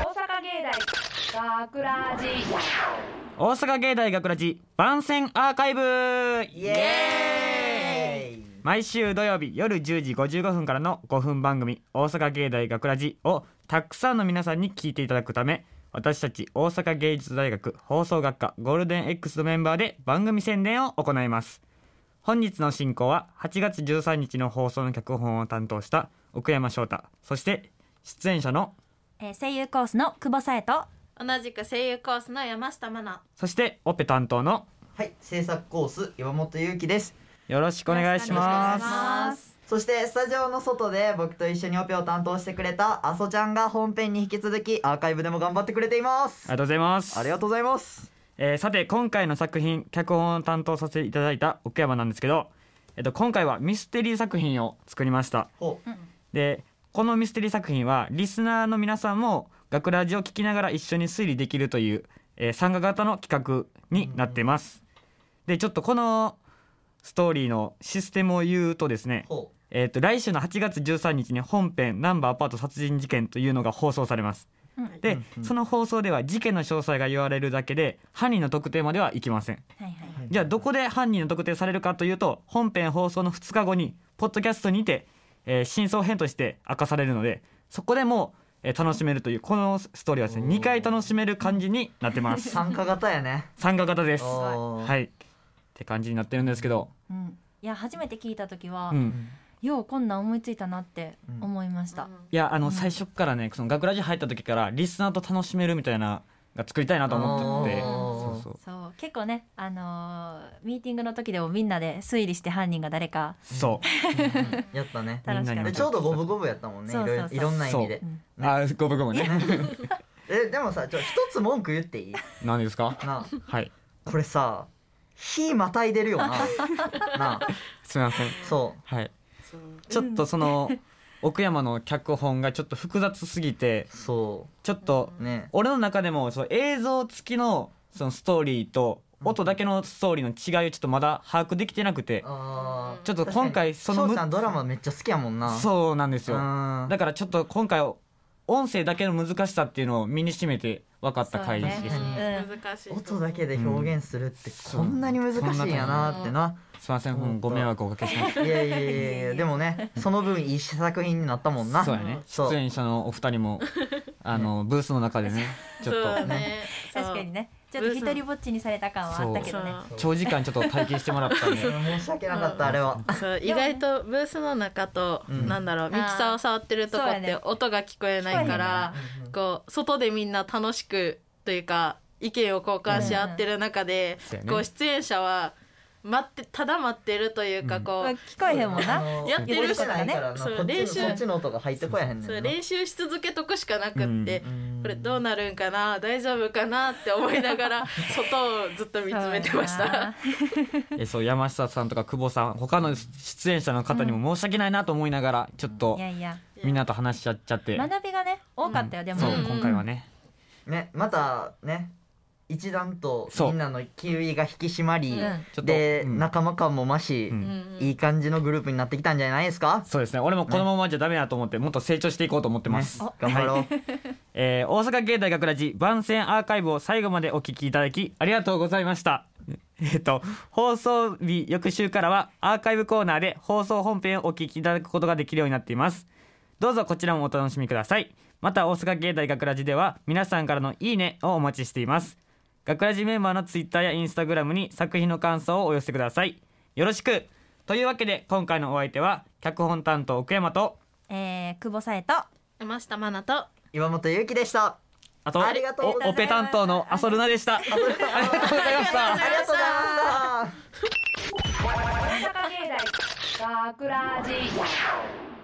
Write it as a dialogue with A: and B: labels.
A: 大学ラジ
B: 大阪芸大学ラジ番宣アーカイブイエーイ毎週土曜日夜10時55分からの5分番組「大阪芸大学ラジをたくさんの皆さんに聞いていただくため私たち大阪芸術大学放送学科ゴールデン X のメンバーで番組宣伝を行います本日の進行は8月13日の放送の脚本を担当した奥山翔太そして出演者の
C: えー声優コースの久保紗えと
D: 同じく声優コースの山下真奈
B: そしてオペ担当の
E: はい、制作コース岩本裕樹です。
B: よろしくお願いします
C: す
E: そしてスタジオの外で僕と一緒にオペを担当してくれたあそちゃんが本編に引き続きアーカイブでも頑張ってくれていま
B: あり
E: す。
B: がとうございます
E: ありがとうございます。
B: えーさて今回の作品脚本を担当させていただいた奥山なんですけど、えっと、今回はミステリー作品を作りました
E: ほう、
B: でこのミステリー作品はリスナーの皆さんも学ラジを聞きながら一緒に推理できるという、えー参加型の企画になっていますでちょっとこのストーリーのシステムを言うとですね、
E: ほ
B: えっと来週の8月13日に本編「ナンバーアパート殺人事件」というのが放送されます
C: うん
B: で、
E: うんうん。
B: その放送では事件の詳細が言われるだけで犯人の特定まではいきません
C: はいはいう
B: じゃあどこで犯人の特定されるかというと本編放送の2日後にポッドキャストにて、えー真相編として明かされるのでそこでも、えー楽しめるというこのストーリーはですね
E: おー
B: 2回楽しめる感じになって ます
E: 参加型やね。
B: 参加型です
E: おー
B: はいって感じになってるんですけど、
C: うんいや初めて聞いた時は、
B: うん、
C: ようこんなん思いついたなって思いまし
D: 々。
C: た、
B: いやあの最初からねその学ラジ入った時からリスナーと楽しめるみたいなのが作りたいなと思ってて
E: おー
B: そうそう
C: そう結構ねあのーミーティングの時でもみんなで推理して犯人が誰か、
B: そう
E: やったね。
C: 楽しか
B: みんなにも
C: った
E: でちょうど五分五分やったもんね。い
C: そうそう
E: ろいろ
C: そう
E: いろんな意味で
C: う。ん
B: あーごめんごめんね
E: え、でもさ、ちょ一つ文句言っていい？
B: 何ですか
E: なあ、
B: はい
E: これさ、火またいでるよな。なあ、
B: すみません
E: そう。
B: はい
D: そう
B: ちょっとその奥山の脚本がちょっと複雑すぎて
E: そ
B: ちょっと
E: うね
B: 俺の中でもその映像付きのそのストーリーと音だけのストーリーの違いをちょっとまだ把握できてなくて
E: あ
B: ちょっ
E: ー
B: と今回その
E: 確かに
B: む
E: 翔ちゃんドラマめっちゃ好きやもんなう
B: そうなんですよ
E: ん
B: だからちょっと今回音声だけの難しさっていうのを身にしめて分かった回です
C: そう
B: ね
C: ね
D: 難しい。
E: 音だけで表現するってこんなに難しいんやなってな、
B: すいません
E: ほんと
B: うんご迷惑をおかけしまし
E: いやいやいやい やでもねその分いい作品になったもん
B: た
E: な
B: そうやね
E: そう
B: 出演者のお二人もあのブースの中でねちょっ
D: そう
B: と
D: ね。そう
C: 確かに。ねちょっと一人ぼっちにされた感はあったけどね
D: そ
B: 長時間ちょっと体験してもらったんで
E: 申し訳なかったあれは
D: うそう意外とブースの中と、
E: うん
D: なんだろうミキサーを触ってるとこ
C: そう
D: っ
C: や
D: て
C: ね
D: 音が聞こえないから、こう外でみんな楽しくというか意見を交換し合ってる中で、
B: うんうん
D: こう出演者は待ってただ待ってるというかこう、
C: まあ聞こえへんもんな、
D: やってるし
E: からねこ
D: そう
E: っち
D: 練
E: の
D: 習
E: そっちの音が入ってこやへんね
D: そうん
E: な
D: 練習し続けとくしかなくって、
E: うん
D: これどうなるんかな大丈夫かなって思いながら外をずっと見つめてまし
C: そうや
D: た
C: な。
B: えそう山下さんとか久保さん他の出演者の方にも申し訳ないなと思いながら、ちょっと
C: いやいや
B: みんなと話し合っちゃって、
C: 学びがね多かったよ、でも
B: そう、
D: うん
B: 今回はね
E: ねまたね一段とみんなの気運が引き締まり、
C: うん
B: ちょっと
E: で、
B: うん
E: 仲間感も増し、
B: うん
D: うん
E: いい感じのグループになってきたんじゃないですか
B: そうですね俺もこのままじゃダメだと思ってもっと成長していこうと思ってます、
E: ね頑張ろう、
B: えー大阪芸大学ラジ番宣アーカイブを最後までお聞きいただきありがとうございましたえっと放送日翌週からはアーカイブコーナーで放送本編をお聞きいただくことができるようになっていますどうぞこちらもお楽しみくださいまた大阪芸大学ラジでは皆さんからのいいねをお待ちしています学ラジメンバーのツイッターやインスタグラムに作品の感想をお寄せくださいよろしくというわけで今回のお相手は脚本担当奥山と
C: えー、久保紗えと
D: 山下真奈と
E: 岩本ゆうきでした
B: あと
E: ありがとうございます
B: おオペ担当のアソルナでしたありがとうございました
E: ありがとうございました
A: 大阪芸大学ラジ